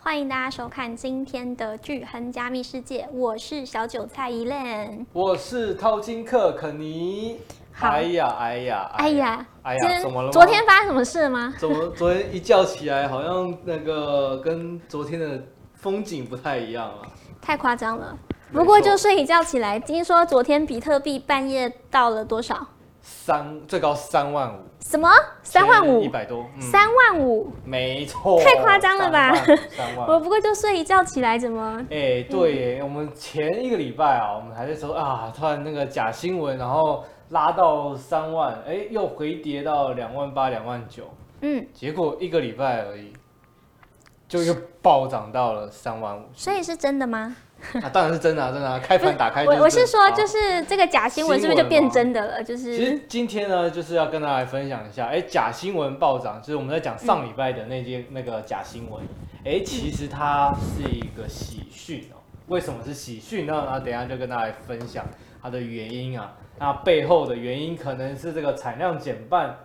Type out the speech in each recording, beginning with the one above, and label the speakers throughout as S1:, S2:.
S1: 欢迎大家收看今天的《巨亨加密世界》，我是小韭菜 Elen。
S2: 我是偷金客肯尼。
S1: 好
S2: 哎呀哎呀
S1: 哎，呀，
S2: 哎呀
S1: 今天
S2: 怎么了吗
S1: 昨天发生什么事吗？
S2: 怎么昨天一觉起来好像那个跟昨天的风景不太一样啊？
S1: 太夸张了。
S2: 没错
S1: 不过就睡一觉起来，听说昨天比特币半夜到了多少？
S2: 三最高三万五，
S1: 什么？三万
S2: 一
S1: 五？
S2: 百多，嗯，
S1: 三万五？
S2: 没错，
S1: 太夸张了吧
S2: 三万五三万
S1: 我
S2: 五。
S1: 不过就睡一觉起来，怎么？
S2: 哎、对耶，我们前一个礼拜啊，我们还在说啊，突然那个假新闻，然后拉到三万，哎、又回跌到两万八、两万九，
S1: 嗯，
S2: 结果一个礼拜而已，就又暴涨到了三万五。
S1: 所以是真的吗？
S2: 啊，当然是真的、啊，真的、啊，开盘打开就啊
S1: 我我是
S2: 真
S1: 说，
S2: 好
S1: 就是这个假新闻是不是就变真的了？就
S2: 其
S1: 是
S2: 实今天呢，就是要跟大家来分享一下，哎，假新闻暴涨，就是我们在讲上礼拜的那件、那个假新闻，哎，其实它是一个喜讯哦。为什么是喜讯呢？然后等一下就跟大家来分享它的原因啊，那背后的原因可能是这个产量减半，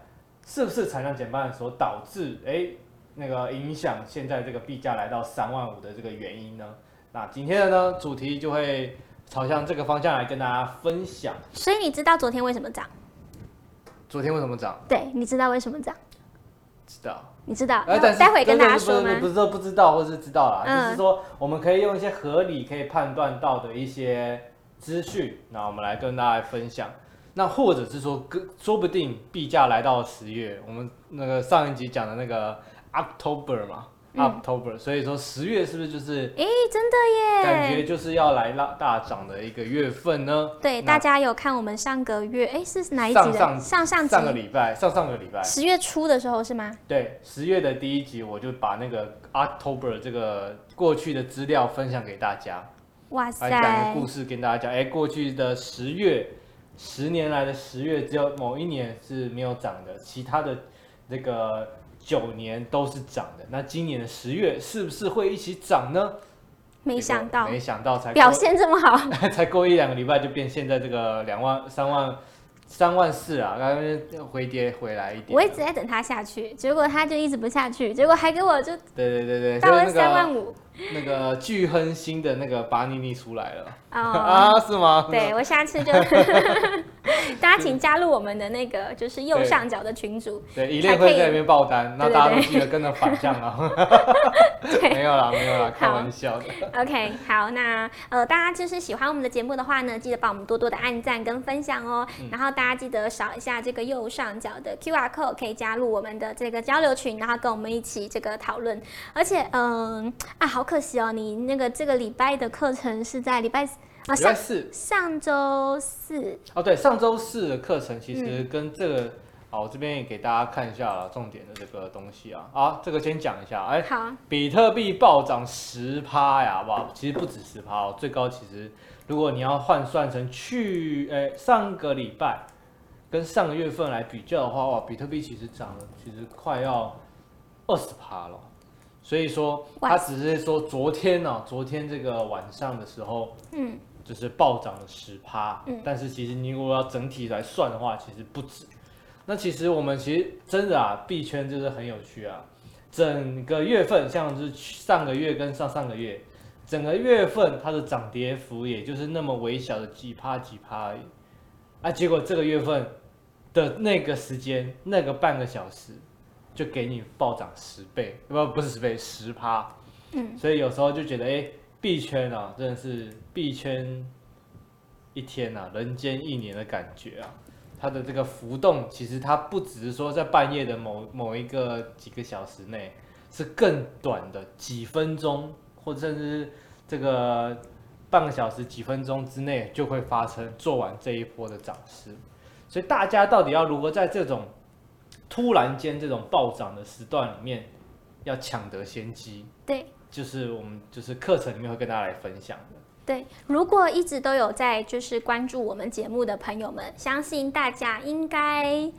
S2: 是不是产量减半所导致哎那个影响现在这个币价来到三万五的这个原因呢？那今天的呢主题就会朝向这个方向来跟大家分享。
S1: 所以你知道昨天为什么涨？
S2: 昨天为什么涨？
S1: 对，你知道为什么涨？
S2: 知道。
S1: 你知道？
S2: 哎，但是
S1: 待会跟大家
S2: 但是不是
S1: 说吗？
S2: 不是说不知道，或是知道啦，
S1: 嗯
S2: 就是说我们可以用一些合理可以判断到的一些资讯，那我们来跟大家分享。那或者是说，跟说不定币价来到十月，我们那个上一集讲的那个 October 嘛、
S1: 嗯
S2: o c t o b e r 所以说十月是不是就是
S1: 哎、真的
S2: 感觉
S1: 耶！
S2: 就是要来拉大涨的一个月份呢？
S1: 对，
S2: 那
S1: 大家有看我们上个月，哎、是哪一集
S2: 上
S1: 的？上
S2: 上
S1: 上
S2: 上个
S1: 集，
S2: 礼拜，上上个礼拜，
S1: 十月初的时候是吗？
S2: 对，十月的第一集，我就把那个 October 这个过去的资料分享给大家，
S1: 哇
S2: 来哎讲一
S1: 塞
S2: 个！故事跟大家讲。哎，过去的十月，十年来的十月，只有某一年是没有涨的，其他的这个九年都是涨的。那今年的十月是不是会一起涨呢？
S1: 没
S2: 结果
S1: 想到
S2: 没想到才
S1: 表
S2: 过
S1: 现这么好，
S2: 才过一两个礼拜就变现在这个两万、三万、三万四啊，刚刚回跌回来一点啊
S1: 我
S2: 了。
S1: 一直在等他下去，结果他就一直不下去，结果还给我就
S2: 对对对对，
S1: 到
S2: 所以
S1: 了
S2: 那个
S1: 三万 五
S2: 那个巨亨新的那个巴尼尼出来了、
S1: 哦。
S2: 啊，是吗？
S1: 对我下 次就， 大家请加入我们的那个就是右上角的群组，
S2: 对，一定会在那边爆单，那
S1: 对对
S2: 大家都记得跟着反向 啊。 没有啦，没有啦，开玩笑的。
S1: OK，好，那呃，大家就是喜欢我们的节目的话呢，记得帮我们多多的按赞跟分享哦。
S2: 嗯
S1: 然后大家记得扫一下这个右上角的 QR code，可以加入我们的这个交流群，然后跟我们一起这个讨论。而且，嗯、啊，好可惜哦，你那个这个礼拜的课程是在礼拜四啊
S2: 礼拜
S1: 上
S2: 四
S1: 上周四，
S2: 哦，对，上周四的课程其
S1: 嗯
S2: 实跟这个，好，我这边也给大家看一下啦重点的这个东西啊啊，这个先讲一下，哎，
S1: 好，
S2: 比特币暴涨十趴呀，好不好？其实不止十趴哦，最高其实如果你要换算成去呃、上个礼拜跟上个月份来比较的话，哇，比特币其实涨了，其实快要二十趴了。所以说，
S1: 哇
S2: 它只是说昨天呢、哦昨天这个晚上的时候
S1: 嗯，
S2: 就是暴涨了十趴，
S1: 嗯
S2: 但是其实你如果要整体来算的话，其实不止。那其实我们其实真的啊，币圈就是很有趣啊。整个月份，像是上个月跟上上个月，整个月份它的涨跌幅也就是那么微小的几趴几趴而已。啊，结果这个月份的那个时间，那个半个小时，就给你暴涨十倍，不不是十倍，十趴。
S1: 嗯，
S2: 所以有时候就觉得，哎、币圈啊，真的是币圈一天啊，人间一年的感觉啊。它的这个浮动，其实它不只是说在半夜的某某一个几个小时内，是更短的几分钟，或甚至这个半个小时、几分钟之内就会发生做完这一波的涨势。所以大家到底要如何在这种突然间这种暴涨的时段里面，要抢得先机？
S1: 对。
S2: 就是我们就是课程里面会跟大家来分享的。
S1: 对，如果一直都有在就是关注我们节目的朋友们，相信大家应该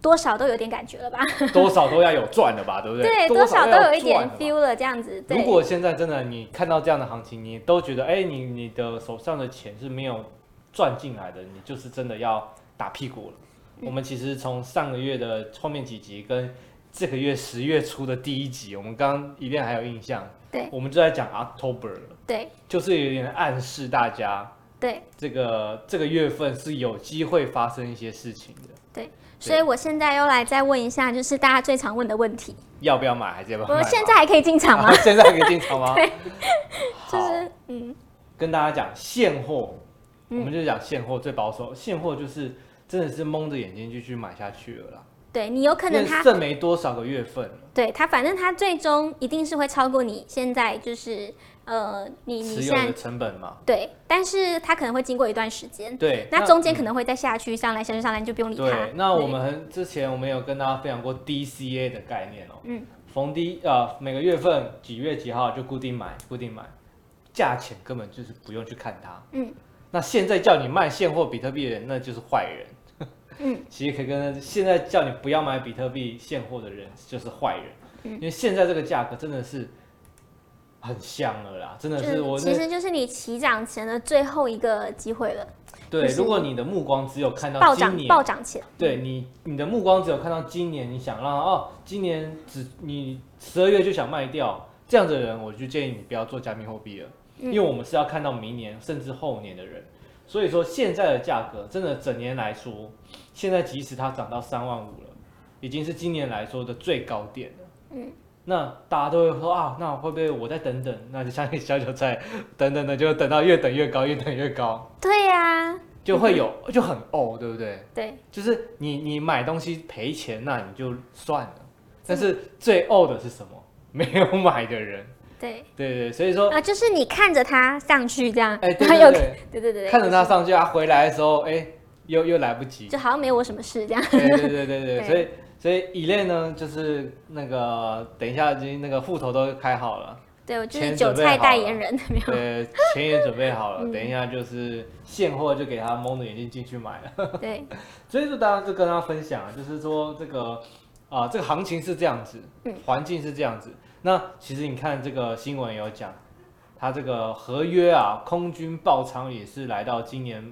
S1: 多少都有点感觉了吧？
S2: 多少都要有赚的吧，对不对？
S1: 多少都
S2: 要
S1: 有一点
S2: 赚的吧
S1: feel 了，这样子。
S2: 如
S1: 对，
S2: 果现在真的你看到这样的行情，你都觉得哎，你你的手上的钱是没有赚进来的，你
S1: 嗯
S2: 就是真的要打屁股了。我们其实从上个月的后面几集跟这个月十月初的第一集，我们刚刚一定还有印象，
S1: 对
S2: 我们就在讲 October 了，
S1: 对
S2: 就是有点暗示大家
S1: 对，
S2: 这个这个月份是有机会发生一些事情的，
S1: 所以我现在又来再问一下，就是大家最常问的问题，
S2: 要不要买还是要不要
S1: 我
S2: 买
S1: 现在还可以进场吗
S2: 啊？ 现在可以进场吗？
S1: 就
S2: 好，
S1: 是嗯，
S2: 跟大家讲现货，我
S1: 嗯
S2: 们就讲现货最保守，现货就是真的是蒙着眼睛就去买下去了啦，
S1: 对你有可
S2: 因
S1: 能
S2: 为
S1: 它
S2: 剩没多少个月份了，
S1: 对它，反正它最终一定是会超过你现在就是呃，你你
S2: 持
S1: 现
S2: 有
S1: 在
S2: 的成本嘛，
S1: 对，但是它可能会经过一段时间，
S2: 对，
S1: 嗯那中间可能会再下去上来，下去上来你就不用理它
S2: 对。，那我们很之前我们有跟大家分享过 DCA 的概念哦，
S1: 嗯，
S2: 逢低呃每个月份几月几号就固定买，固定买，价钱根本就是不用去看它，
S1: 嗯，
S2: 那现在叫你卖现货比特币的人，那就是坏人，
S1: 嗯，
S2: 其实可以跟现在叫你不要买比特币现货的人就是坏人，
S1: 嗯
S2: 因为现在这个价格真的是很香了啦，真的是
S1: 就
S2: 我
S1: 是
S2: 那
S1: 其实就是你起涨前的最后一个机会了，
S2: 对，
S1: 就是
S2: 如果你的目光只有看到
S1: 暴
S2: 今
S1: 涨
S2: 年
S1: 暴涨前，
S2: 对你，你的目光只有看到今年，你想让哦，今年只你十二月就想卖掉这样的人，我就建议你不要做加密货币了，因为我们是要看到明年甚至后年的人。所以说现在的价格，真的整年来说，现在即使它涨到三万五了，已经是今年来说的最高点了。
S1: 嗯，
S2: 那大家都会说啊，那会不会我再等等？那就像小韭菜等等的，就等到越等越高，越等越高，
S1: 对呀、
S2: 就会有就很哦，对不对？
S1: 对，
S2: 就是你你买东西赔钱那你就算了，但是最呕的是什么？没有买的人，
S1: 对，
S2: 对对，对所以
S1: 啊、
S2: 说，
S1: 就是你看着它上去这样，
S2: 哎，对
S1: 然后
S2: 对
S1: 有
S2: 对，
S1: 对对对，
S2: 看着他
S1: 就是
S2: 上去，他回来的时候，哎，又又来不及，
S1: 就好像没有我什么事这样，
S2: 对对对对对，
S1: 对
S2: 所以所以以类呢，就是那个等一下已经那个户头都开好了，
S1: 对我就
S2: 钱
S1: 是
S2: 准
S1: 韭
S2: 备
S1: 菜
S2: 好
S1: 代
S2: 了
S1: 言人，没有
S2: 对，钱也准备好了，
S1: 嗯
S2: 等一下就是现货就给他蒙着眼睛进去买了。
S1: 对，
S2: 所以说，大家就跟大家分享啊，就是说这个啊、这个行情是这样子
S1: 嗯，
S2: 环境是这样子。那其实你看这个新闻有讲，它这个合约啊，空军爆仓也是来到今年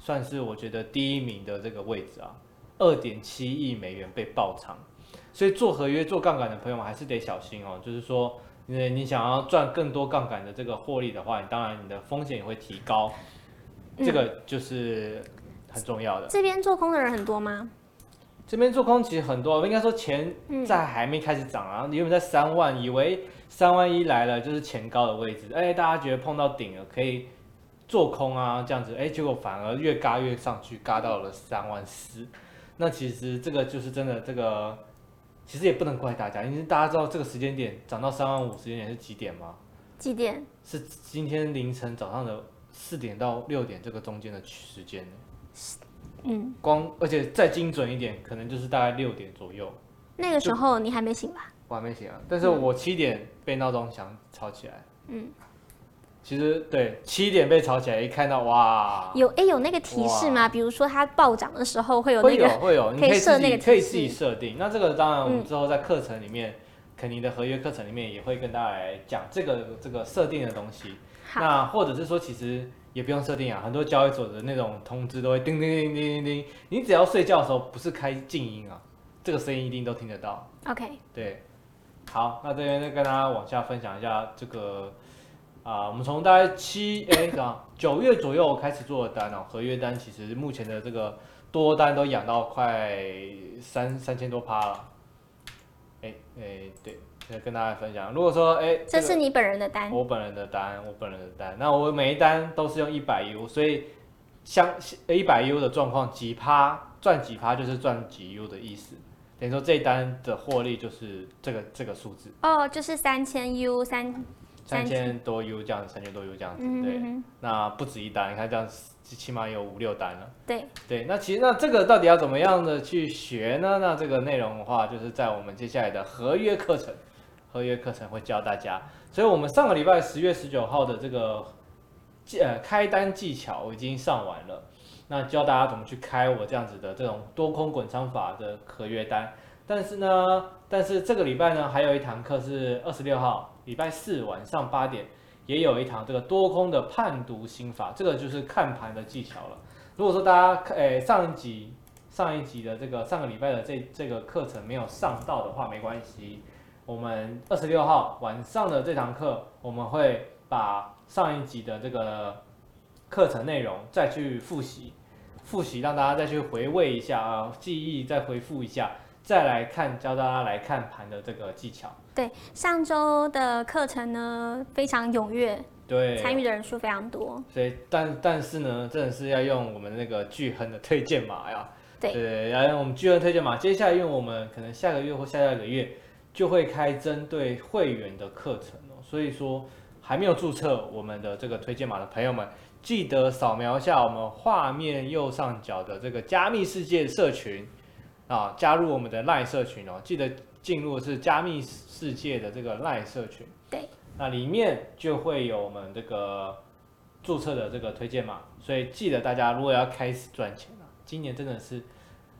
S2: 算是我觉得第一名的这个位置啊，二点七亿美元被爆仓。所以做合约、做杠杆的朋友们还是得小心哦，就是说。因为你想要赚更多杠杆的这个获利的话，你当然你的风险也会提高，这个就是很重要的。
S1: 这边做空的人很多吗？
S2: 这边做空其实很多，应该说钱
S1: 嗯，
S2: 在还没开始涨啊，原本在三万，以为三万一来了就是前高的位置，哎，大家觉得碰到顶了可以做空啊，这样子，哎，结果反而越嘎越上去，嘎到了三万四。那其实这个就是真的，这个其实也不能怪大家，因为大家知道这个时间点涨到三万五时间点是几点吗？
S1: 几点？
S2: 是今天凌晨早上的四点到六点这个中间的时间。
S1: 嗯，
S2: 光而且再精准一点，可能就是大概六点左右。
S1: 那个时候你还没醒吧？
S2: 我还没醒啊，但是我七点被闹钟响吵起来。
S1: 嗯，
S2: 其实对，七点被吵起来，一看到哇，
S1: 有哎、有那个提示吗？比如说它暴涨的时候会有
S2: 会
S1: 那
S2: 有
S1: 个，
S2: 会有，你
S1: 可以
S2: 以
S1: 设
S2: 自
S1: 那
S2: 己
S1: 个
S2: 可
S1: 提
S2: 以
S1: 示嗯
S2: 自己设定。那这个当然我们之后在课程里面，肯尼的合约课程里面也会跟大家来讲这个这个设定的东西。
S1: 好
S2: 那或者是说，其实也不用设定啊，很多交易所的那种通知都会叮叮叮叮叮叮，你只要睡觉的时候不是开静音啊，这个声音一定都听得到。
S1: ，OK，
S2: 对，好，那这边再跟大家往下分享一下这个啊、我们从大概七哎怎么九月左右开始做的单哦，合约单其实目前的这个多单都养到快三三千多趴了。哎哎，对，再跟大家分享，如果说哎，
S1: 这
S2: 个
S1: 是你本人的单，
S2: 我本人的单，我本人的单，那我每一单都是用一百 U，所以相呃一百 U 的状况，几趴赚几趴就是赚几 U 的意思。等于说这一单的获利就是这个这个数字，
S1: 哦，就是三千 U 三，三
S2: 三千多 U 这样，三千多 U 这样子，
S1: 嗯
S2: 对。
S1: 哼
S2: 那不止一单，你看这样起码有五六单了。
S1: 对，
S2: 对，那其实那这个到底要怎么样的去学呢？那这个内容的话，就是在我们接下来的合约课程，合约课程会教大家。所以我们上个礼拜十月十九号的这个技呃开单技巧我已经上完了，那教大家怎么去开我这样子的这种多空滚仓法的合约单。但是呢，但是这个礼拜呢，还有一堂课是二十六号礼拜四晚上八点，也有一堂这个多空的呃判读心法，这个就是看盘的技巧了。如果说大家看诶、上一集上一集的这个上个礼拜的这这个课程没有上到的话，没关系，我们二十六号晚上的这堂课，我们会把上一集的这个课程内容再去复习，复习让大家再去回味一下啊，记忆再回复一下，再来看教大家来看盘的这个技巧。
S1: 对，上周的课程呢非常踊跃，
S2: 对，
S1: 参与的人数非常多。
S2: 所以，但但是呢，真的是要用我们那个巨亨的推荐码呀。
S1: 对
S2: 对，然后我们巨亨推荐码，接下来因为我们可能下个月或下下个月就会开针对会员的课程哦，所以说还没有注册我们的这个推荐码的朋友们，记得扫描一下我们画面右上角的这个加密世界社群啊，加入我们的赖社群哦，记得进入是加密世界的这个赖社群。
S1: 对，
S2: 那里面就会有我们这个。注册的这个推荐码，所以记得大家如果要开始赚钱了、今年真的是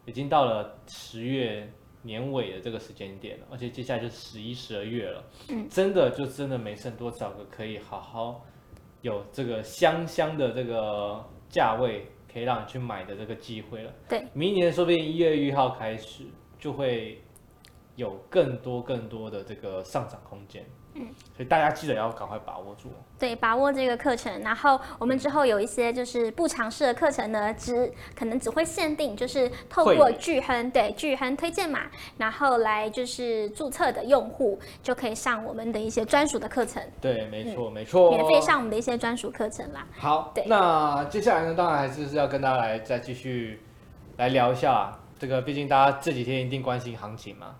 S2: 已经到了十月年尾的这个时间点了，而且接下来就十一、十二月了，
S1: 嗯
S2: 真的就真的没剩多少个可以好好有这个香香的这个价位可以让你去买的这个机会了。
S1: 对，
S2: 明年说不定一月一号开始就会有更多更多的这个上涨空间，嗯，所以大家记得要赶快把握住哦。
S1: 对，把握这个课程，然后我们之后有一些就是不尝试的课程呢，只可能只会限定，就是透
S2: 会
S1: 过
S2: 员
S1: 巨亨对巨亨推荐码，然后来就是注册的用户就可以上我们的一些专属的课程，
S2: 对，没错，没错，
S1: 嗯免费上我们的一些专属课程啦。
S2: 好
S1: 对，
S2: 那接下来呢，当然还是是要跟大家来再继续来聊一下啊这个，毕竟大家这几天一定关心行情嘛，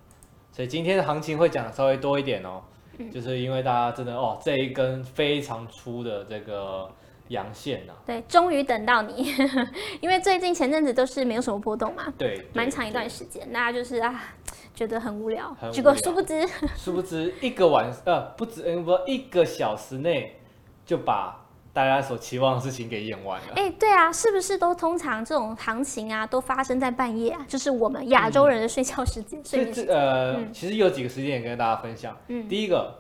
S2: 所以今天的行情会讲的稍微多一点哦，
S1: 嗯
S2: 就是因为大家真的哦这一根非常粗的这个阳线呐、啊
S1: 对，终于等到你， 因为最近前阵子都是没有什么波动嘛，
S2: 对，对
S1: 蛮长一段
S2: 对
S1: 时间，大家就是啊觉得很无聊
S2: 很，
S1: 结
S2: 无
S1: 果
S2: 聊
S1: 殊不知，
S2: 殊不知一个晚呃不止呃不一个小时内就把大家所期望的事情给演完了。
S1: 哎、对啊，是不是都通常这种行情啊，都发生在半夜啊？就是我们亚
S2: 嗯
S1: 洲人的睡觉时间，睡
S2: 所以
S1: 眠
S2: 这
S1: 时
S2: 呃，其实有几个时间点跟大家分享。
S1: 嗯
S2: 第一个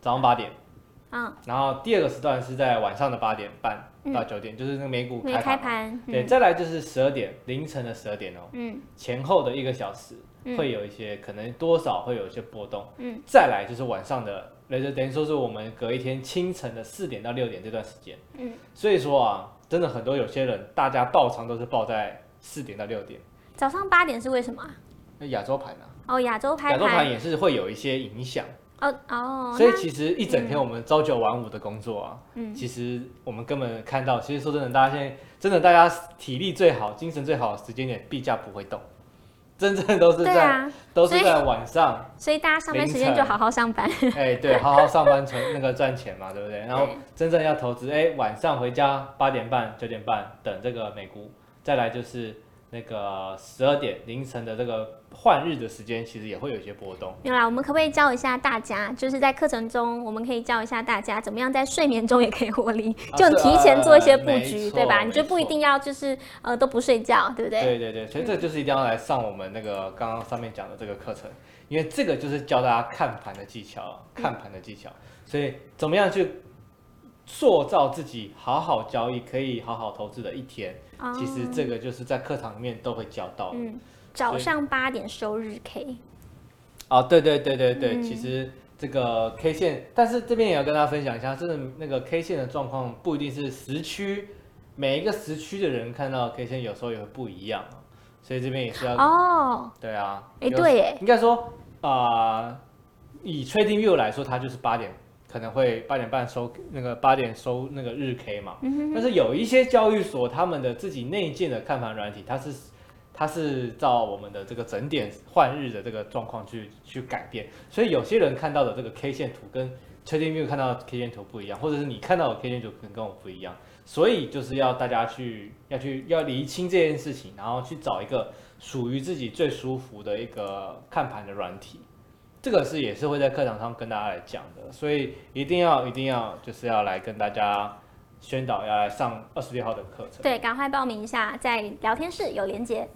S2: 早上八点，
S1: 啊，
S2: 然后第二个时段是在晚上的八点半到九点，就是那个美股
S1: 没
S2: 开
S1: 嗯开
S2: 盘。
S1: 盘，
S2: 对，
S1: 嗯
S2: 再来就是十二点，凌晨的十二点哦，
S1: 嗯
S2: 前后的一个小时
S1: 嗯
S2: 会有一些，可能多少会有一些波动。
S1: 嗯，
S2: 再来就是晚上的，那就等于说是我们隔一天清晨的四点到六点这段时间。
S1: 嗯，
S2: 所以说啊，真的很多有些人大家爆仓都是爆在四点到六点，
S1: 早上八点是为什么啊？
S2: 那亚洲盘呢、
S1: 哦，亚洲
S2: 亚
S1: 开
S2: 洲盘
S1: 盘，
S2: 也是会有一些影响。
S1: 哦哦，
S2: 所以
S1: 那
S2: 其实一整天我们朝九晚五的工作啊，
S1: 嗯
S2: 其实我们根本看到，其实说真的，大家现在真的大家体力最好、精神最好的时间点，币价不会动，真正都是
S1: 对
S2: 在、
S1: 啊，
S2: 都是
S1: 所以
S2: 在 晚上，
S1: 所以大家上班时间
S2: 凌
S1: 就
S2: 晨
S1: 好好上班，
S2: 哎，对，好好上班存那个赚钱嘛，对不对？然后
S1: 对
S2: 真正要投资，哎，晚上回家八点半、九点半等这个美股，再来就是那个十二点凌晨的这个换日的时间，其实也会有一些波动。
S1: 没有啦，我们可不可以教一下大家，就是在课程中，我们可以教一下大家怎么样在睡眠中也可以获利，
S2: 啊
S1: 就你
S2: 是
S1: 提前做一些布
S2: 呃
S1: 局，
S2: 没
S1: 对吧？
S2: 错
S1: 你就
S2: 没
S1: 不一
S2: 错
S1: 定要就是呃都不睡觉，对不对？
S2: 对对对，所以这就是一定要来上我们那个刚刚上面讲的这个课程，因为这个就是教大家看盘的技巧，看盘的技巧，所以怎么样去塑造自己好好交易、可以好好投资的一天，
S1: 哦
S2: 其实这个就是在课堂里面都会教到的。
S1: 嗯，早上八点收日 K，
S2: 哦，对对对对对，
S1: 嗯
S2: 其实这个 K 线，但是这边也要跟大家分享一下，真的那个 K 线的状况不一定是时区，每一个时区的人看到的 K 线有时候也会不一样哦，所以这边也是要、
S1: 哦，
S2: 对啊，
S1: 哎，
S2: 有
S1: 对耶，
S2: 应该说，啊，以 Trading View 来说，它就是八点可能会八点半收那个八点收那个日 K 嘛。
S1: 嗯
S2: 但是有一些交易所，他们的自己内建的看盘软体，它是它是照我们的这个整点换日的这个状况去去改变，所以有些人看到的这个 K 线图跟 Trading View 看到的 K 线图不一样，或者是你看到的 K 线图可能跟我不一样，所以就是要大家去要去要厘清这件事情，然后去找一个属于自己最舒服的一个看盘的软体，这个是也是会在课堂上跟大家来讲的，所以一定要一定要就是要来跟大家宣导要来上二十六号的课程。
S1: 对，赶快报名一下，在聊天室有连接。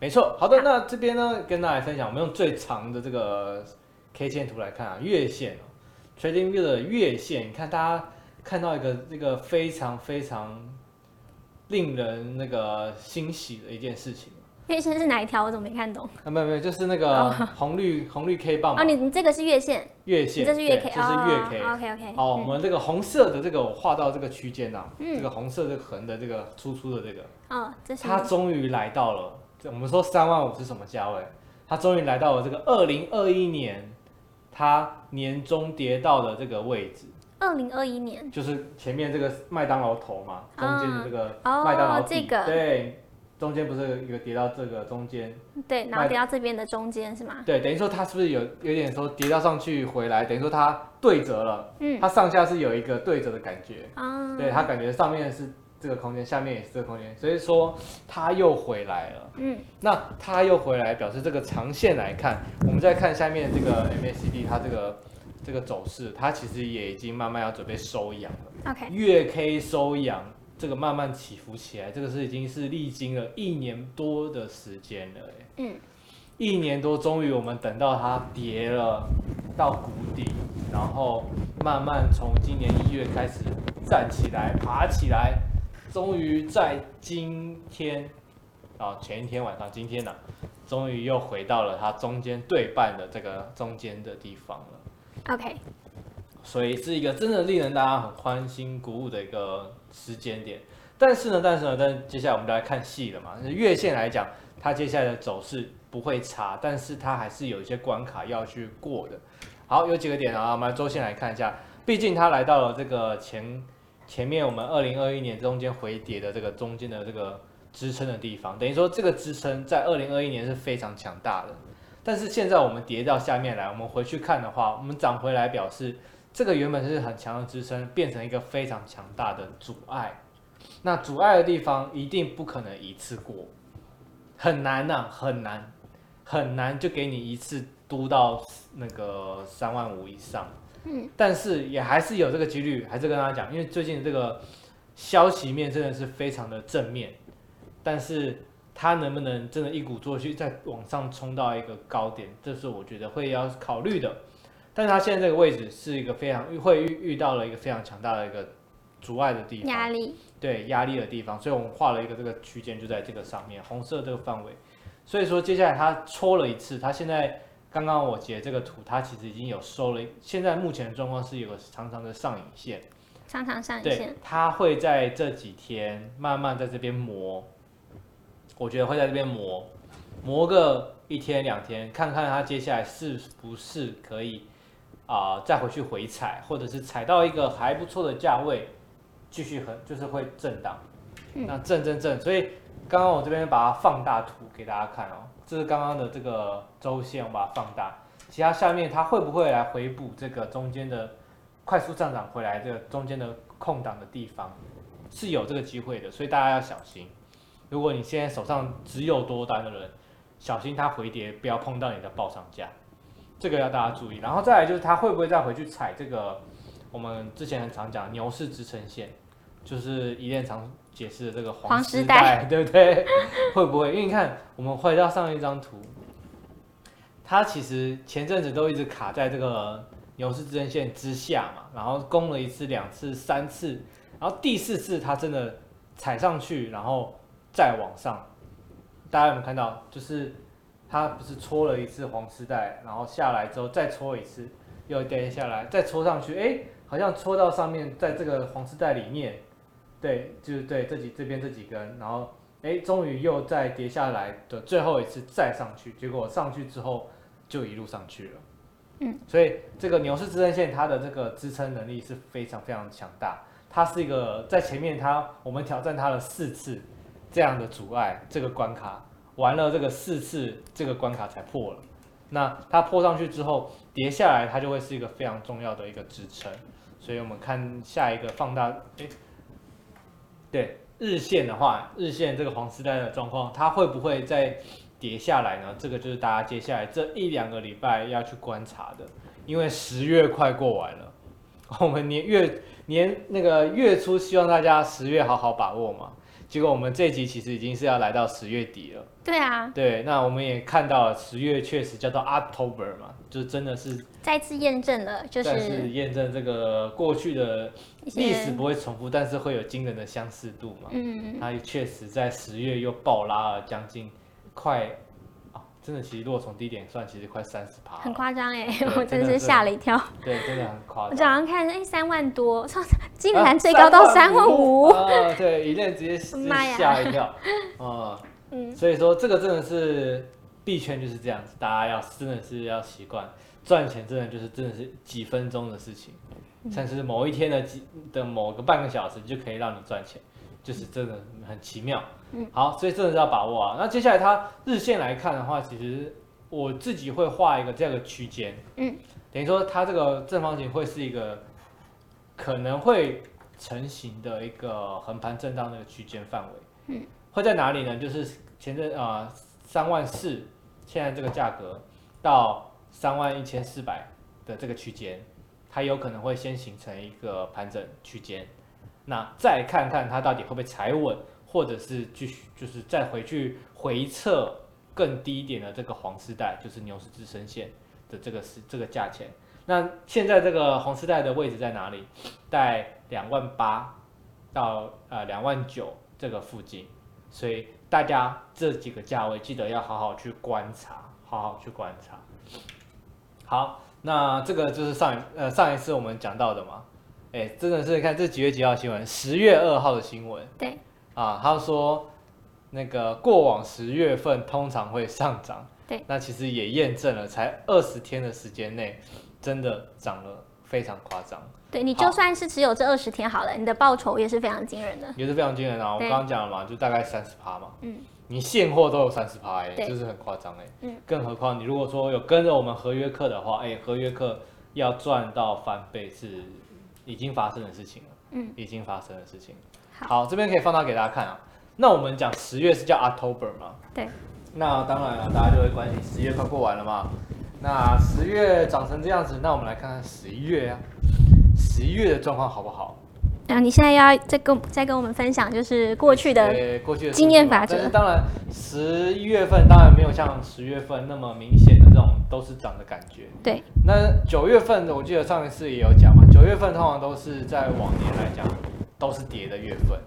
S2: 没错，好的，那这边呢，跟大家来分享，我们用最长的这个 K 线图来看啊，月线哦，Trading View 的月线，你看大家看到一个这个非常非常令人那个欣喜的一件事情，
S1: 月线是哪一条？我怎么没看懂？
S2: 啊，没有没有，就是那个红绿红绿 K 棒嘛
S1: 哦，，你你这个是月线，
S2: 月
S1: 你
S2: 线，
S1: 这是月
S2: 对
S1: K，
S2: 这是月 K。
S1: 哦，OK OK。
S2: 好，我们这个红色的这个我画到这个区间呐，
S1: 嗯
S2: 这个红色的横的这个粗粗的这个，
S1: 哦，这是
S2: 它终于来到了，这我们说三万五是什么价位？它终于来到了这个二零二一年，它年中跌到的这个位置，
S1: 二零二一年。
S2: 就是前面这个麦当劳头嘛，中间的这个
S1: 哦
S2: 麦当劳底
S1: 这个
S2: 对，中间不是有跌到这个中间，
S1: 对，然后
S2: 卖
S1: 跌到这边的中间是吗？
S2: 对，等于说它是不是有有点说跌到上去回来，等于说它对折了，
S1: 嗯
S2: 它上下是有一个对折的感觉，
S1: 啊，
S2: 对，它感觉上面是这个空间，下面也是这个空间，所以说它又回来了。
S1: 嗯，
S2: 那它又回来，表示这个长线来看，我们再看下面这个 MACD 它这个这个走势，它其实也已经慢慢要准备收阳了。
S1: OK，
S2: 月 K 收阳，这个慢慢起伏起来，这个是已经是历经了一年多的时间了、欸，
S1: 嗯，
S2: 一年多，终于我们等到它跌了到谷底，然后慢慢从今年一月开始站起来、爬起来，终于在今天啊前一天晚上，今天呢、终于又回到了它中间对半的这个中间的地方了。
S1: OK，
S2: 所以是一个真的令人大家很欢欣鼓舞的一个时间点。但是呢，但是呢，但是接下来我们就来看戏了嘛。月线来讲，它接下来的走势不会差，但是它还是有一些关卡要去过的。好，有几个点啊，我们来周线来看一下。毕竟它来到了这个前前面我们二零二一年中间回跌的这个中间的这个支撑的地方，等于说这个支撑在二零二一年是非常强大的。但是现在我们跌到下面来，我们回去看的话，我们涨回来表示这个原本是很强的支撑，变成一个非常强大的阻碍。那阻碍的地方一定不可能一次过，很难呐、很难，很难就给你一次嘟到那个三万五以上。
S1: 嗯，
S2: 但是也还是有这个几率，还是跟大家讲，因为最近这个消息面真的是非常的正面，但是它能不能真的一鼓作气再往上冲到一个高点，这是我觉得会要考虑的。但是它现在这个位置是一个非常会遇遇到了一个非常强大的一个阻碍的地方，
S1: 压力，
S2: 对压力的地方，所以我们画了一个这个区间就在这个上面，红色这个范围。所以说接下来它戳了一次，它现在刚刚我截这个图，它其实已经有收了一，现在目前的状况是有个长长的上影线，
S1: 上长上影线
S2: 对，它会在这几天慢慢在这边磨，我觉得会在这边磨，磨个一天两天，看看它接下来是不是可以啊、再回去回踩，或者是踩到一个还不错的价位，继续很就是会震荡，
S1: 嗯
S2: 那震震震，所以刚刚我这边把它放大图给大家看哦，这是刚刚的这个周线，我把它放大，其他下面它会不会来回补这个中间的快速上涨回来这个中间的空档的地方，是有这个机会的，所以大家要小心。如果你现在手上只有多单的人，小心它回跌，不要碰到你的报上价，这个要大家注意。然后再来就是它会不会再回去踩这个我们之前很常讲牛市支撑线，就是一链常解释的这个
S1: 黄
S2: 时
S1: 时
S2: 代， 对不对？会不会？因为你看，我们回到上一张图，它其实前阵子都一直卡在这个牛市支撑线之下嘛，然后攻了一次、两次、三次，然后第四次它真的踩上去，然后再往上。大家有没有看到？就是它不是戳了一次黄丝带，然后下来之后再戳一次，又跌下来，再戳上去，哎、好像戳到上面，在这个黄丝带里面，对，就是对这几这边这几根，然后哎，诶终于又再跌下来的最后一次再上去，结果上去之后就一路上去了。
S1: 嗯，
S2: 所以这个牛市支撑线它的这个支撑能力是非常非常强大，它是一个在前面它我们挑战它了四次这样的阻碍这个关卡，玩了这个四次这个关卡才破了。那它破上去之后跌下来，它就会是一个非常重要的一个支撑。所以我们看下一个放大，诶，对日线的话，日线这个黄丝带的状况，它会不会再跌下来呢？这个就是大家接下来这一两个礼拜要去观察的，因为十月快过完了，我们年月年那个月初希望大家十月好好把握嘛，结果我们这集其实已经是要来到十月底了。
S1: 对啊，
S2: 对，那我们也看到了，十月确实叫做 October 嘛，就真的是
S1: 再次验证了，就
S2: 再
S1: 是
S2: 次验证这个过去的
S1: 一
S2: 历史
S1: 些
S2: 不会重复，但是会有惊人的相似度嘛。
S1: 嗯
S2: 它确实在十月又暴拉了将近快啊，真的其实如果从低点算，其实快三十趴，
S1: 很
S2: 了。
S1: 夸张哎
S2: 对，
S1: 我
S2: 真
S1: 真
S2: 的
S1: 是
S2: 是
S1: 吓了一跳。
S2: 对，真的很夸
S1: 我
S2: 张
S1: 早。上看，哎，三万多，竟
S2: 啊
S1: 然最高到三万
S2: 35,000
S1: 五，
S2: 啊，对，一念直接直接
S1: 妈呀
S2: 吓一跳，啊、
S1: 嗯，
S2: 所以说这个真的是币圈就是这样子，大家要真的是要习惯赚钱，真的就是真的是几分钟的事情，
S1: 嗯
S2: 像是某一天的几的某个半个小时就可以让你赚钱，就是真的很奇妙。
S1: 嗯，
S2: 好，所以真的是要把握啊。那接下来它日线来看的话，其实我自己会画一个这样的区间，
S1: 嗯，
S2: 等于说它这个正方形会是一个可能会成型的一个横盘震荡的区间范围。会在哪里呢？就是前阵啊三万四，现在这个价格到三万一千四百的这个区间，它有可能会先形成一个盘整区间，那再看看它到底会不会踩稳，或者是继续就是再回去回测更低一点的这个黄丝带，就是牛市支撑线的这个是这个价钱。那现在这个红丝带的位置在哪里？在两万八到呃两万九这个附近。所以大家这几个价位记得要好好去观察，好好去观察。好，那这个就是上一呃上一次我们讲到的嘛，哎，真的是看这几月几号新闻，十月二号的新闻
S1: 对，
S2: 啊，他说那个过往十月份通常会上涨，
S1: 对，
S2: 那其实也验证了，才二十天的时间内，真的涨了非常夸张。
S1: 对你
S2: 好
S1: 就算是只有这二十天好了，你的报酬也是非常惊人 的。
S2: 也是非常惊人啊！我
S1: 对
S2: 刚刚讲了嘛，就大概三十趴嘛。
S1: 嗯，
S2: 你现货都有三十趴，哎、
S1: 对
S2: 这是很夸张哎。
S1: 嗯，
S2: 更何况你如果说有跟着我们合约课的话，哎、合约课要赚到翻倍是已经发生的事情了。
S1: 嗯，
S2: 已经发生的事情。
S1: 好
S2: 这边可以放大给大家看啊。那我们讲十月是叫 October 嘛？
S1: 对。
S2: 那当然了，大家就会关心十月快过完了嘛。那十月长成这样子，那我们来看看十一月啊，十一月的状况好不好？
S1: 然后你现在要再跟再跟我们分享，就是过去的
S2: 对过去的
S1: 经验法则
S2: 但是当然，十一月份当然没有像十月份那么明显的这种都是涨的感觉。
S1: 对，
S2: 那九月份的我记得上一次也有讲嘛，九月份通常都是在往年来讲都是跌的月份，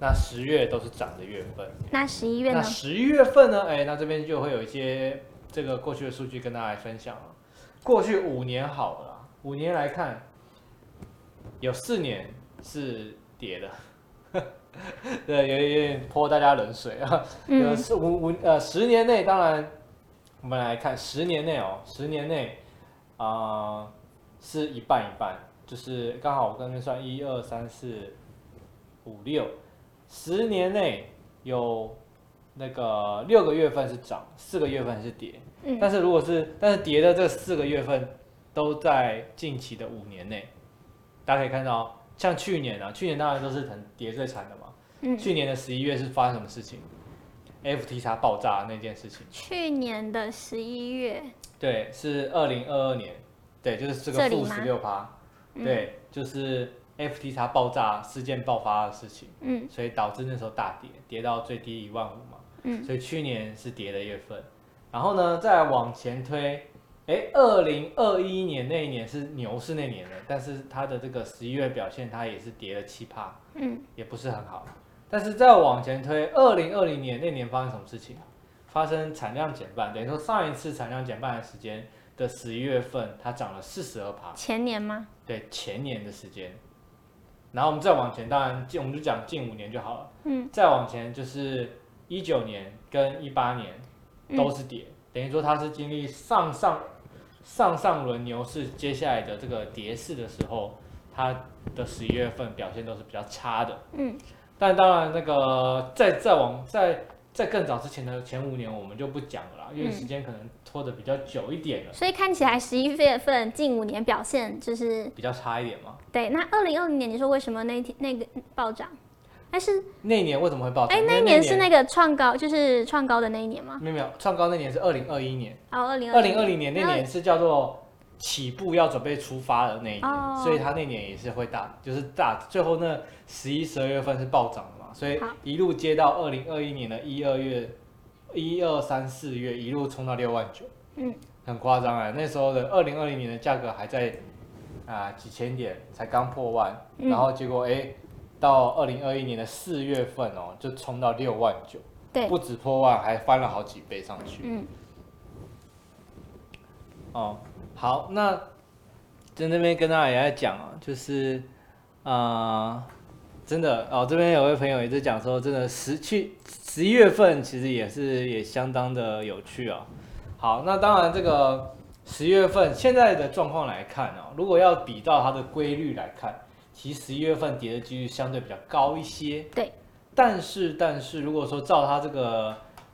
S2: 那十月都是涨的月份。
S1: 那十一月
S2: 那
S1: 呢？
S2: 十一月份呢？哎，那这边就会有一些这个过去的数据跟大家来分享了。过去五年好了啦，五年来看，有四年是跌的，对，有有点泼大家冷水啊。有
S1: 嗯，
S2: 四五五呃十年内，当然我们来看十年内哦，十年内啊、呃是一半一半，就是刚好我刚才算一二三四五六，十年内有那个六个月份是涨，四个月份是跌，
S1: 嗯
S2: 但是如果是但是跌的这四个月份都在近期的五年内，大家可以看到，像去年啊，去年当然都是很跌最惨的嘛。
S1: 嗯，
S2: 去年的十一月是发生什么事情？FTX 爆炸那件事情，
S1: 去年的十一月，
S2: 对，是二零二二年，对，就是这个
S1: 这里
S2: 负
S1: 吗嗯
S2: 十六趴，对，就是 FTX 爆炸事件爆发的事情，
S1: 嗯
S2: 所以导致那时候大跌，跌到最低一万五嘛，
S1: 嗯，
S2: 所以去年是跌的月份，然后呢，再往前推，哎，二零二一年那一年是牛市那年的，但是它的这个十一月表现，它也是跌了七趴，
S1: 嗯，
S2: 也不是很好。但是再往前推，二零二零年那年发生什么事情？啊发生产量减半，等于说上一次产量减半的时间的十一月份，它涨了四十二趴，
S1: 前年吗？
S2: 对前年的时间。然后我们再往前，当然近我们就讲近五年就好了。
S1: 嗯，
S2: 再往前就是一九年跟一八年
S1: 嗯
S2: 都是跌，等于说它是经历上上上上轮牛市接下来的这个跌势的时候，它的十一月份表现都是比较差的。
S1: 嗯，
S2: 但当然，那个再再往再再更早之前的前五年，我们就不讲了啦，因为
S1: 嗯
S2: 时间可能拖得比较久一点了，
S1: 所以看起来十一月份近五年表现就是
S2: 比较差一点嘛。
S1: 对。那二零二零年你说为什么那一天那个暴涨？但是
S2: 那一年为什么会爆？
S1: 哎、那一年是那个创高，就是创高的那一年吗？
S2: 没有没有创高那年是二零二一年，
S1: 哦，二零
S2: 二零二零年
S1: 那
S2: 那年是叫做起步要准备出发的那一年，
S1: 哦
S2: 所以它那年也是会大，就是大最后那十一十二月份是暴涨的嘛，所以
S1: 好
S2: 一路接到二零二一年的一二月、一二三四月一路冲到六万九，
S1: 嗯，
S2: 很夸张啊！那时候的二零二零年的价格还在啊、几千点，才刚破万，
S1: 嗯
S2: 然后结果哎、到二零二一年的四月份哦，就冲到六万九。
S1: 对
S2: 不止破万，还翻了好几倍上去。
S1: 嗯，
S2: 哦，好，那在那边跟大家也在讲啊，就是啊、呃真的哦，这边有位朋友也在讲说，真的十去十一月份其实也是也相当的有趣啊、好，那当然这个十月份现在的状况来看哦，如果要比到它的规律来看，其实十一月份跌的几率相对比较高一些。
S1: 对。
S2: 但是但是，如果说照它这个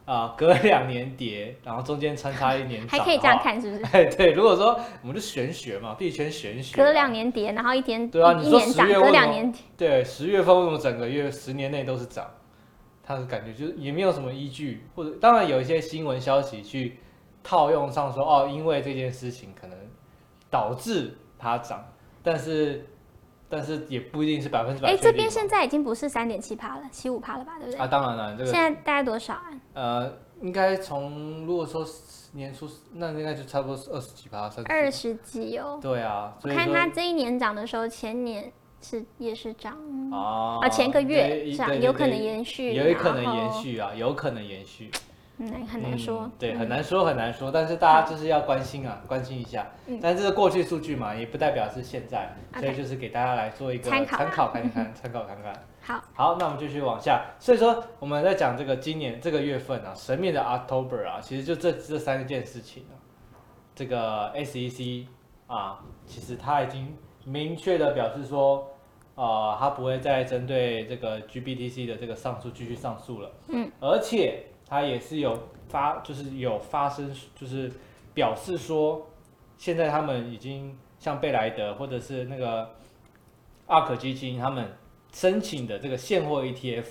S2: 啊、呃隔两年跌，然后中间穿插一年
S1: 还
S2: 涨，
S1: 可以这样看是不 是？
S2: 哎，对，如果说我们就玄学嘛，币圈玄学。
S1: 隔两年跌，然后一天
S2: 对啊
S1: 一
S2: 你
S1: 一
S2: 说
S1: 年
S2: 十
S1: 涨，
S2: 月
S1: 隔
S2: 为什
S1: 两
S2: 么
S1: 年跌
S2: 对，十月份为什么整个月十年内都是涨？它的感觉就是也没有什么依据，或者当然有一些新闻消息去套用上说哦，因为这件事情可能导致它涨，但是但是也不一定是百分之百
S1: 哎，
S2: 确定嘛。
S1: 这边现在已经不是三点七趴了，七五趴了吧，对不对？
S2: 啊，当然了，这
S1: 现
S2: 个
S1: 在大概多少啊？
S2: 呃，应该从如果说年初那应该就差不多是二十几趴，三
S1: 二
S2: 十。
S1: 十几哦。
S2: 对啊，
S1: 我
S2: 所以
S1: 看
S2: 说
S1: 它这一年涨的时候，前年是也是涨
S2: 啊
S1: 啊，前个月
S2: 对
S1: 涨，
S2: 对
S1: 有
S2: 对
S1: 可能
S2: 对
S1: 延续，
S2: 有可能
S1: 然
S2: 延
S1: 后，
S2: 续啊，有可能延续，
S1: 嗯，很难说
S2: 嗯。对，
S1: 嗯
S2: 很难说，很难说。但是大家就是要关心啊，关心一下
S1: 嗯。
S2: 但这是过去数据嘛，也不代表是现在，所以
S1: OK
S2: 就是给大家来做一个
S1: 参
S2: 参
S1: 考啊
S2: 考看看，参考看看。
S1: 好，
S2: 好，那我们继续往下。所以说我们在讲这个今年这个月份啊，神秘的 October 啊，其实就这这三件事情啊，这个 SEC 啊，其实它已经明确的表示说，呃，它不会再针对这个 GBTC 的这个上诉继续上诉了。
S1: 嗯，
S2: 而且它也是有发，就是有发生，就是表示说，现在他们已经像贝莱德或者是那个阿可基金，他们申请的这个现货 ETF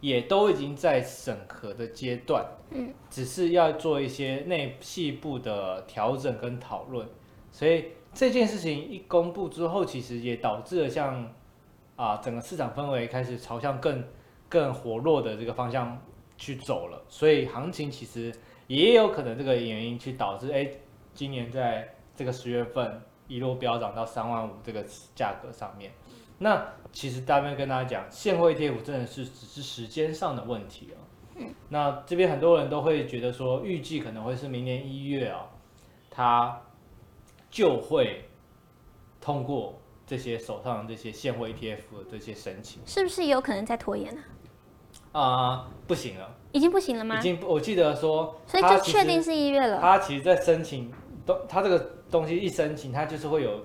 S2: 也都已经在审核的阶段，
S1: 嗯，
S2: 只是要做一些内细部的调整跟讨论，所以这件事情一公布之后，其实也导致了像啊整个市场氛围开始朝向更更活络的这个方向去走了，所以行情其实也有可能这个原因去导致，哎，今年在这个十月份一路飙涨到三万五这个价格上面。那其实大面跟大家讲，现货 ETF 真的是只是时间上的问题哦。
S1: 嗯
S2: 那这边很多人都会觉得说，预计可能会是明年一月哦，它就会通过这些手上的这些现货 ETF 的这些申请
S1: 是不是也有可能在拖延呢？
S2: 啊、不行了，
S1: 已经不行了
S2: 已
S1: 吗？
S2: 经不我记得说，
S1: 所以
S2: 它
S1: 就
S2: 其
S1: 确
S2: 实
S1: 定是啊一月了，
S2: 它其实，在申请东，它这个东西一申请，它就是会有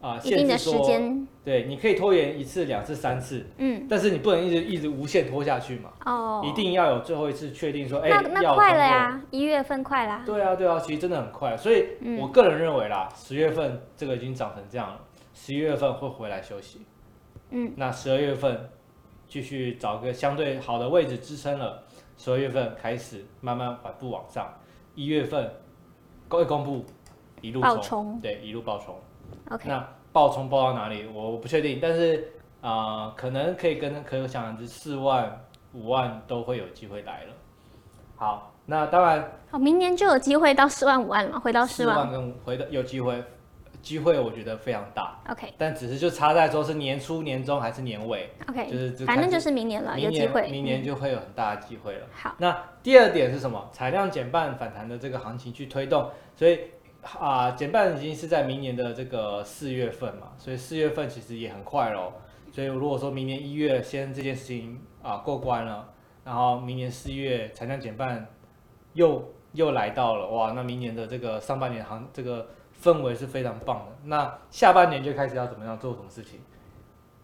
S2: 啊、
S1: 一
S2: 限
S1: 定的
S2: 制
S1: 时
S2: 说，
S1: 间。
S2: 对，你可以拖延一次、两次、三次，
S1: 嗯，
S2: 但是你不能一直一直无限拖下去嘛，
S1: 哦，
S2: 一定要有最后一次确定说，哎、
S1: 那那
S2: 要
S1: 快
S2: 通
S1: 了
S2: 过。
S1: 呀，一月份快啦。
S2: 对啊，对啊，其实真的很快，所以
S1: 嗯
S2: 我个人认为啦，十、月份这个已经涨成这样了，十一月份会回来休息，
S1: 嗯，
S2: 那十二月份继续找个相对好的位置支撑了，十二月份开始慢慢缓步往上，一月份公哎公布一路
S1: 爆
S2: 冲，
S1: 冲
S2: 对，一路爆冲。
S1: ，OK，
S2: 那爆冲爆到哪里，我不确定，但是啊、呃可能可以跟可想而知，四万、五万都会有机会来了。好，那当然。
S1: 好，哦明年就有机会到十万五万了嘛，回到十
S2: 四
S1: 万。
S2: 万跟回到有机会，机会我觉得非常大，
S1: OK
S2: 但只是就差在说是年初、年中还是年尾，就
S1: OK，
S2: 是这
S1: 反正
S2: 看
S1: 就是明年了，有
S2: 明
S1: 机
S2: 年
S1: 会。嗯
S2: 明年就会有很大的机会了。
S1: 好，
S2: 那第二点是什么？产量减半反弹的这个行情去推动，所以啊、减半已经是在明年的这个四月份嘛，所以四月份其实也很快咯。所以如果说明年一月先这件事情啊、过关了，然后明年四月产量减半又又来到了，哇，那明年的这个上半年行这个氛围是非常棒的。那下半年就开始要怎么样做什么事情，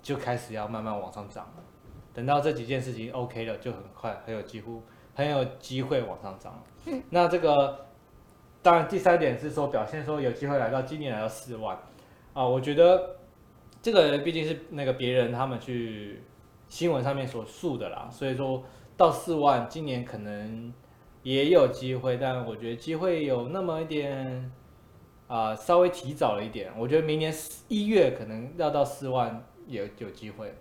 S2: 就开始要慢慢往上涨了。等到这几件事情 OK 了，就很快很有几乎很有机会往上涨。嗯，那这个当然第三点是说表现说有机会来到今年来到四万啊，我觉得这个毕竟是那个别人他们去新闻上面所述的啦，所以说到四万今年可能也有机会，但我觉得机会有那么一点。啊、稍微提早了一点，我觉得明年一月可能要到四万也有有机会。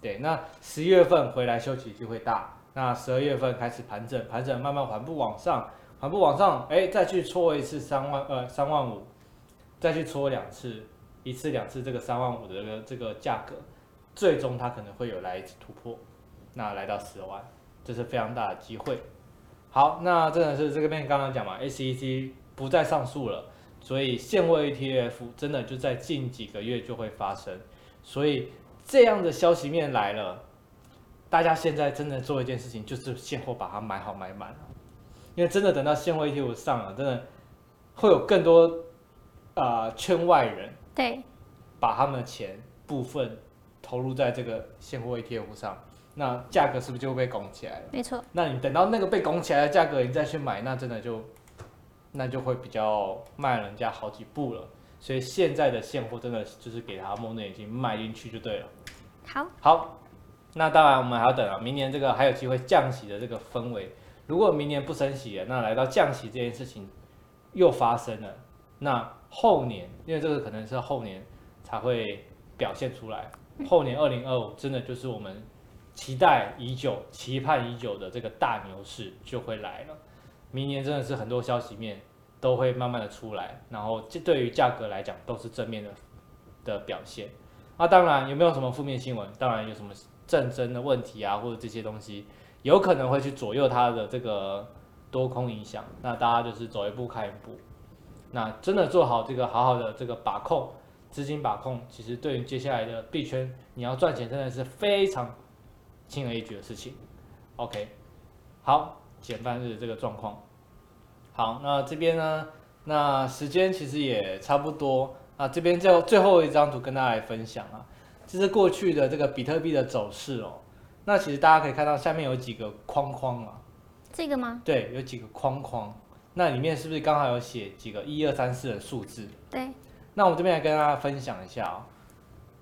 S2: 对，那十月份回来休息机会大，那十二月份开始盘整，盘整慢慢缓步往上，缓步往上，哎，再去搓一次三万呃三万五，再去搓两次，一次两次这个三万五的这个这个价格，最终它可能会有来一次突破，那来到十万，这是非常大的机会。好，那真的是这个面刚刚讲嘛，SEC 不再上诉了，所以现位 ETF 真的就在近几个月就会发生，所以这样的消息面来了，大家现在真的做一件事情，就是现货把它买好买满，因为真的等到现货 ETF 上了，真的会有更多啊、呃圈外人。
S1: 对，
S2: 把他们的钱部分投入在这个现货 ETF 上，那价格是不是就会被拱起来了？
S1: 没错，
S2: 那你等到那个被拱起来的价格，你再去买，那真的就那就会比较慢人家好几步了。所以现在的现货真的就是给他蒙着眼睛卖进去就对了。
S1: 好，
S2: 好，那当然我们还要等啊，明年这个还有机会降息的这个氛围。如果明年不升息啊了，那来到降息这件事情又发生了，那后年，因为这个可能是后年才会表现出来，后年二零二五真的就是我们期待已久、期盼已久的这个大牛市就会来了。明年真的是很多消息面都会慢慢的出来，然后这对于价格来讲都是正面的的表现。那、当然，有没有什么负面新闻？当然有什么战争的问题啊，或者这些东西，有可能会去左右它的这个多空影响。那大家就是走一步看一步。那真的做好这个好好的这个把控，资金把控，其实对于接下来的币圈，你要赚钱真的是非常轻而易举的事情。OK，好，减半日这个状况。好，那这边呢，那时间其实也差不多。那啊这边就最后一张图跟大家来分享啊，这是过去的这个比特币的走势哦。那其实大家可以看到下面有几个框框啊，
S1: 这个吗？
S2: 对，有几个框框，那里面是不是刚好有写几个一二三四的数字？
S1: 对，
S2: 那我们这边来跟大家分享一下哦，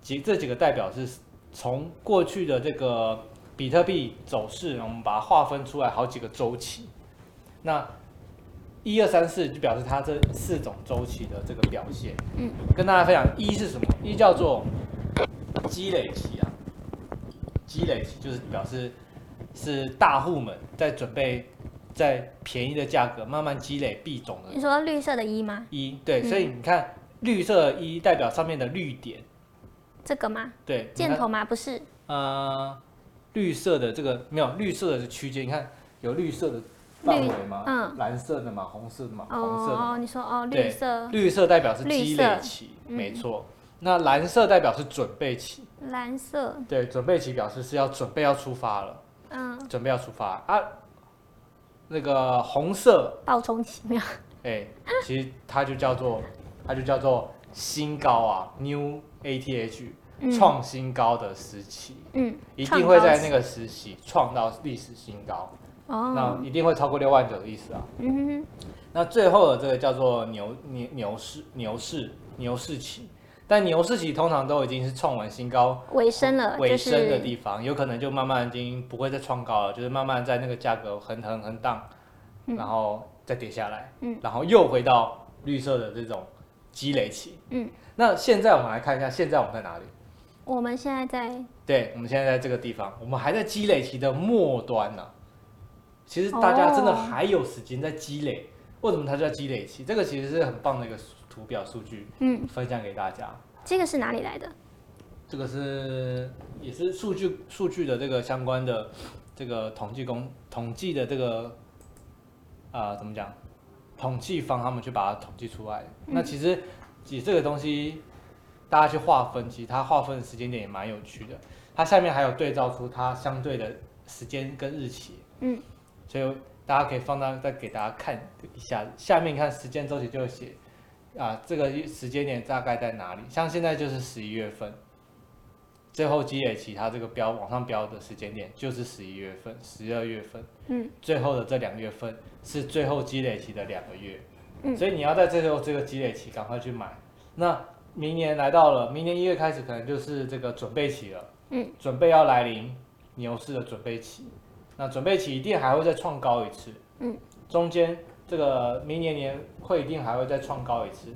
S2: 几这几个代表是从过去的这个比特币走势，我们把它划分出来好几个周期。那一二三四就表示它这四种周期的这个表现。
S1: 嗯，
S2: 跟大家分享一是什么？一叫做积累期啊，积累期就是表示是大户们在准备在便宜的价格慢慢积累币种的
S1: 你说绿色的一吗？
S2: 一，对，
S1: 嗯
S2: 所以你看绿色一代表上面的绿点，
S1: 这个吗？
S2: 对，你
S1: 箭
S2: 看
S1: 头吗？不是，
S2: 呃，绿色的这个没有绿色的区间，你看有绿色的范围吗？
S1: 嗯，
S2: 蓝色的嘛，红色的嘛，哦红色的嘛，
S1: 哦，你说哦，
S2: 对
S1: 绿色、
S2: 绿色代表是
S1: 绿
S2: 积
S1: 色嗯
S2: 累期，没错。那蓝色代表是准备期，
S1: 蓝色，
S2: 对，准备期表示是要准备要出发了，
S1: 嗯，
S2: 准备要出发啊。那个红色，
S1: 爆冲奇妙，
S2: 哎、其实它就叫做，它就叫做新高啊，New ATH。
S1: 嗯
S2: 创新高的时期，
S1: 嗯，
S2: 一
S1: 创
S2: 定会
S1: 高
S2: 在
S1: 期
S2: 那个时期创到历史新高，那
S1: 哦，
S2: 一定会超过六万九的意思啊。
S1: 嗯哼
S2: 那最后的这个叫做牛牛牛市牛市牛市期，但牛市期通常都已经是创完新高
S1: 哼，尾声了，
S2: 尾
S1: 呃就
S2: 声的
S1: 是
S2: 地方，有可能就慢慢已经不会再创高了，就是慢慢在那个价格横横横荡，
S1: 嗯
S2: 然后再跌下来，
S1: 嗯
S2: 然后又回到绿色的这种积累期。
S1: 嗯，
S2: 那现在我们来看一下，现在我们在哪里？
S1: 我们现在在
S2: 对，我们现在在这个地方，我们还在积累期的末端呢、其实大家真的
S1: 哦
S2: 还有时间在积累，为什么它叫积累期？这个其实是很棒的一个图表数据，
S1: 嗯，
S2: 分享给大家。
S1: 这个是哪里来的？
S2: 这个是也是数据数据的这个相关的这个统计工统计的这个啊、呃怎么讲？统计方他们去把它统计出来的。那其实以这个东西，大家去划分，其实它划分的时间点也蛮有趣的。它下面还有对照出它相对的时间跟日期。
S1: 嗯，
S2: 所以大家可以放大再给大家看一下，下面看时间周期就写啊这个时间点大概在哪里？像现在就是十一月份。最后积累期，它这个标往上标的时间点就是十一月份、十二月份，
S1: 嗯，
S2: 最后的这两月份是最后积累期的两个月，
S1: 嗯
S2: 所以你要在最后这个积累期赶快去买。那明年来到了，明年一月开始可能就是这个准备期了，
S1: 嗯，
S2: 准备要来临牛市的准备期。那准备期一定还会再创高一次，
S1: 嗯，
S2: 中间这个明年年会一定还会再创高一次，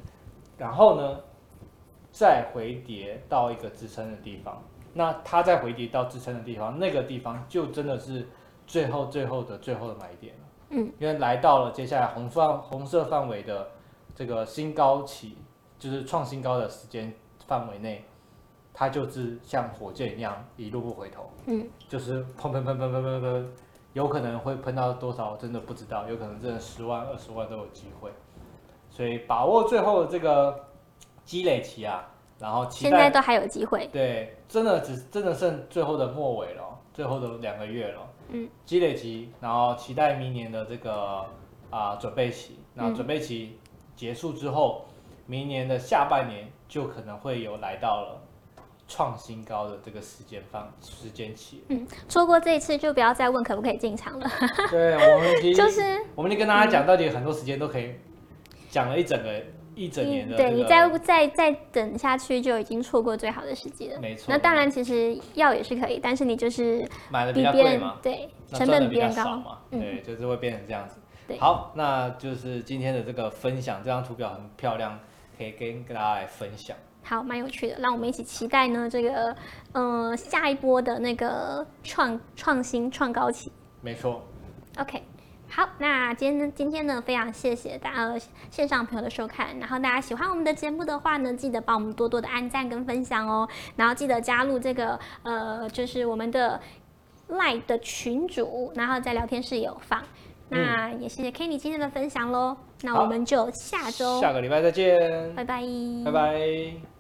S2: 然后呢，再回跌到一个支撑的地方。那它再回跌到支撑的地方，那个地方就真的是最后最后的最后的买点了。
S1: 嗯，
S2: 因为来到了接下来红范红色范围的这个新高期，就是创新高的时间范围内，它就是像火箭一样一路不回头。
S1: 嗯，
S2: 就是砰砰砰砰砰砰砰，有可能会喷到多少，真的不知道，有可能真的十万、二十万都有机会。所以把握最后这个积累期啊，然后期
S1: 现在
S2: 待
S1: 都还有机会。
S2: 对，真的只真的剩最后的末尾了，最后的两个月了。
S1: 嗯，
S2: 积累期，然后期待明年的这个啊、准备期，那
S1: 嗯。
S2: 准备期结束之后，明年的下半年就可能会有来到了创新高的这个时间方时间期
S1: 嗯，错过这一次就不要再问可不可以进场了，
S2: 对，我们已经
S1: 就是
S2: 我们已经跟大家讲，到底很多时间都可以讲了一整个一整年的、这
S1: 嗯对
S2: 个，
S1: 你再再再等下去就已经错过最好的时机了。
S2: 没错
S1: 那当然，其实药也是可以，但是你就是
S2: 买的比
S1: 比
S2: 较
S1: 别
S2: 贵
S1: 人
S2: 嘛，
S1: 对
S2: 那
S1: 成
S2: 赚
S1: 本
S2: 的
S1: 比
S2: 比
S1: 别
S2: 较
S1: 人
S2: 少
S1: 高。
S2: 嘛，
S1: 嗯
S2: 对，就是会变成这样子
S1: 对。
S2: 好，那就是今天的这个分享，这张图表很漂亮，可以跟跟大家来分享。
S1: 好，蛮有趣的，让我们一起期待呢这个呃下一波的那个创创新创高期。
S2: 没错，
S1: OK，好，那今天今天呢，非常谢谢大呃线上朋友的收看。然后大家喜欢我们的节目的话呢，记得帮我们多多的按赞跟分享哦。然后记得加入这个呃，就是我们的 Line 的群组，然后在聊天室也有放。那也谢谢 Kenny 今天的分享喽。那
S2: 嗯好
S1: 我们就下周
S2: 下个礼拜再见，
S1: 拜拜，
S2: 拜拜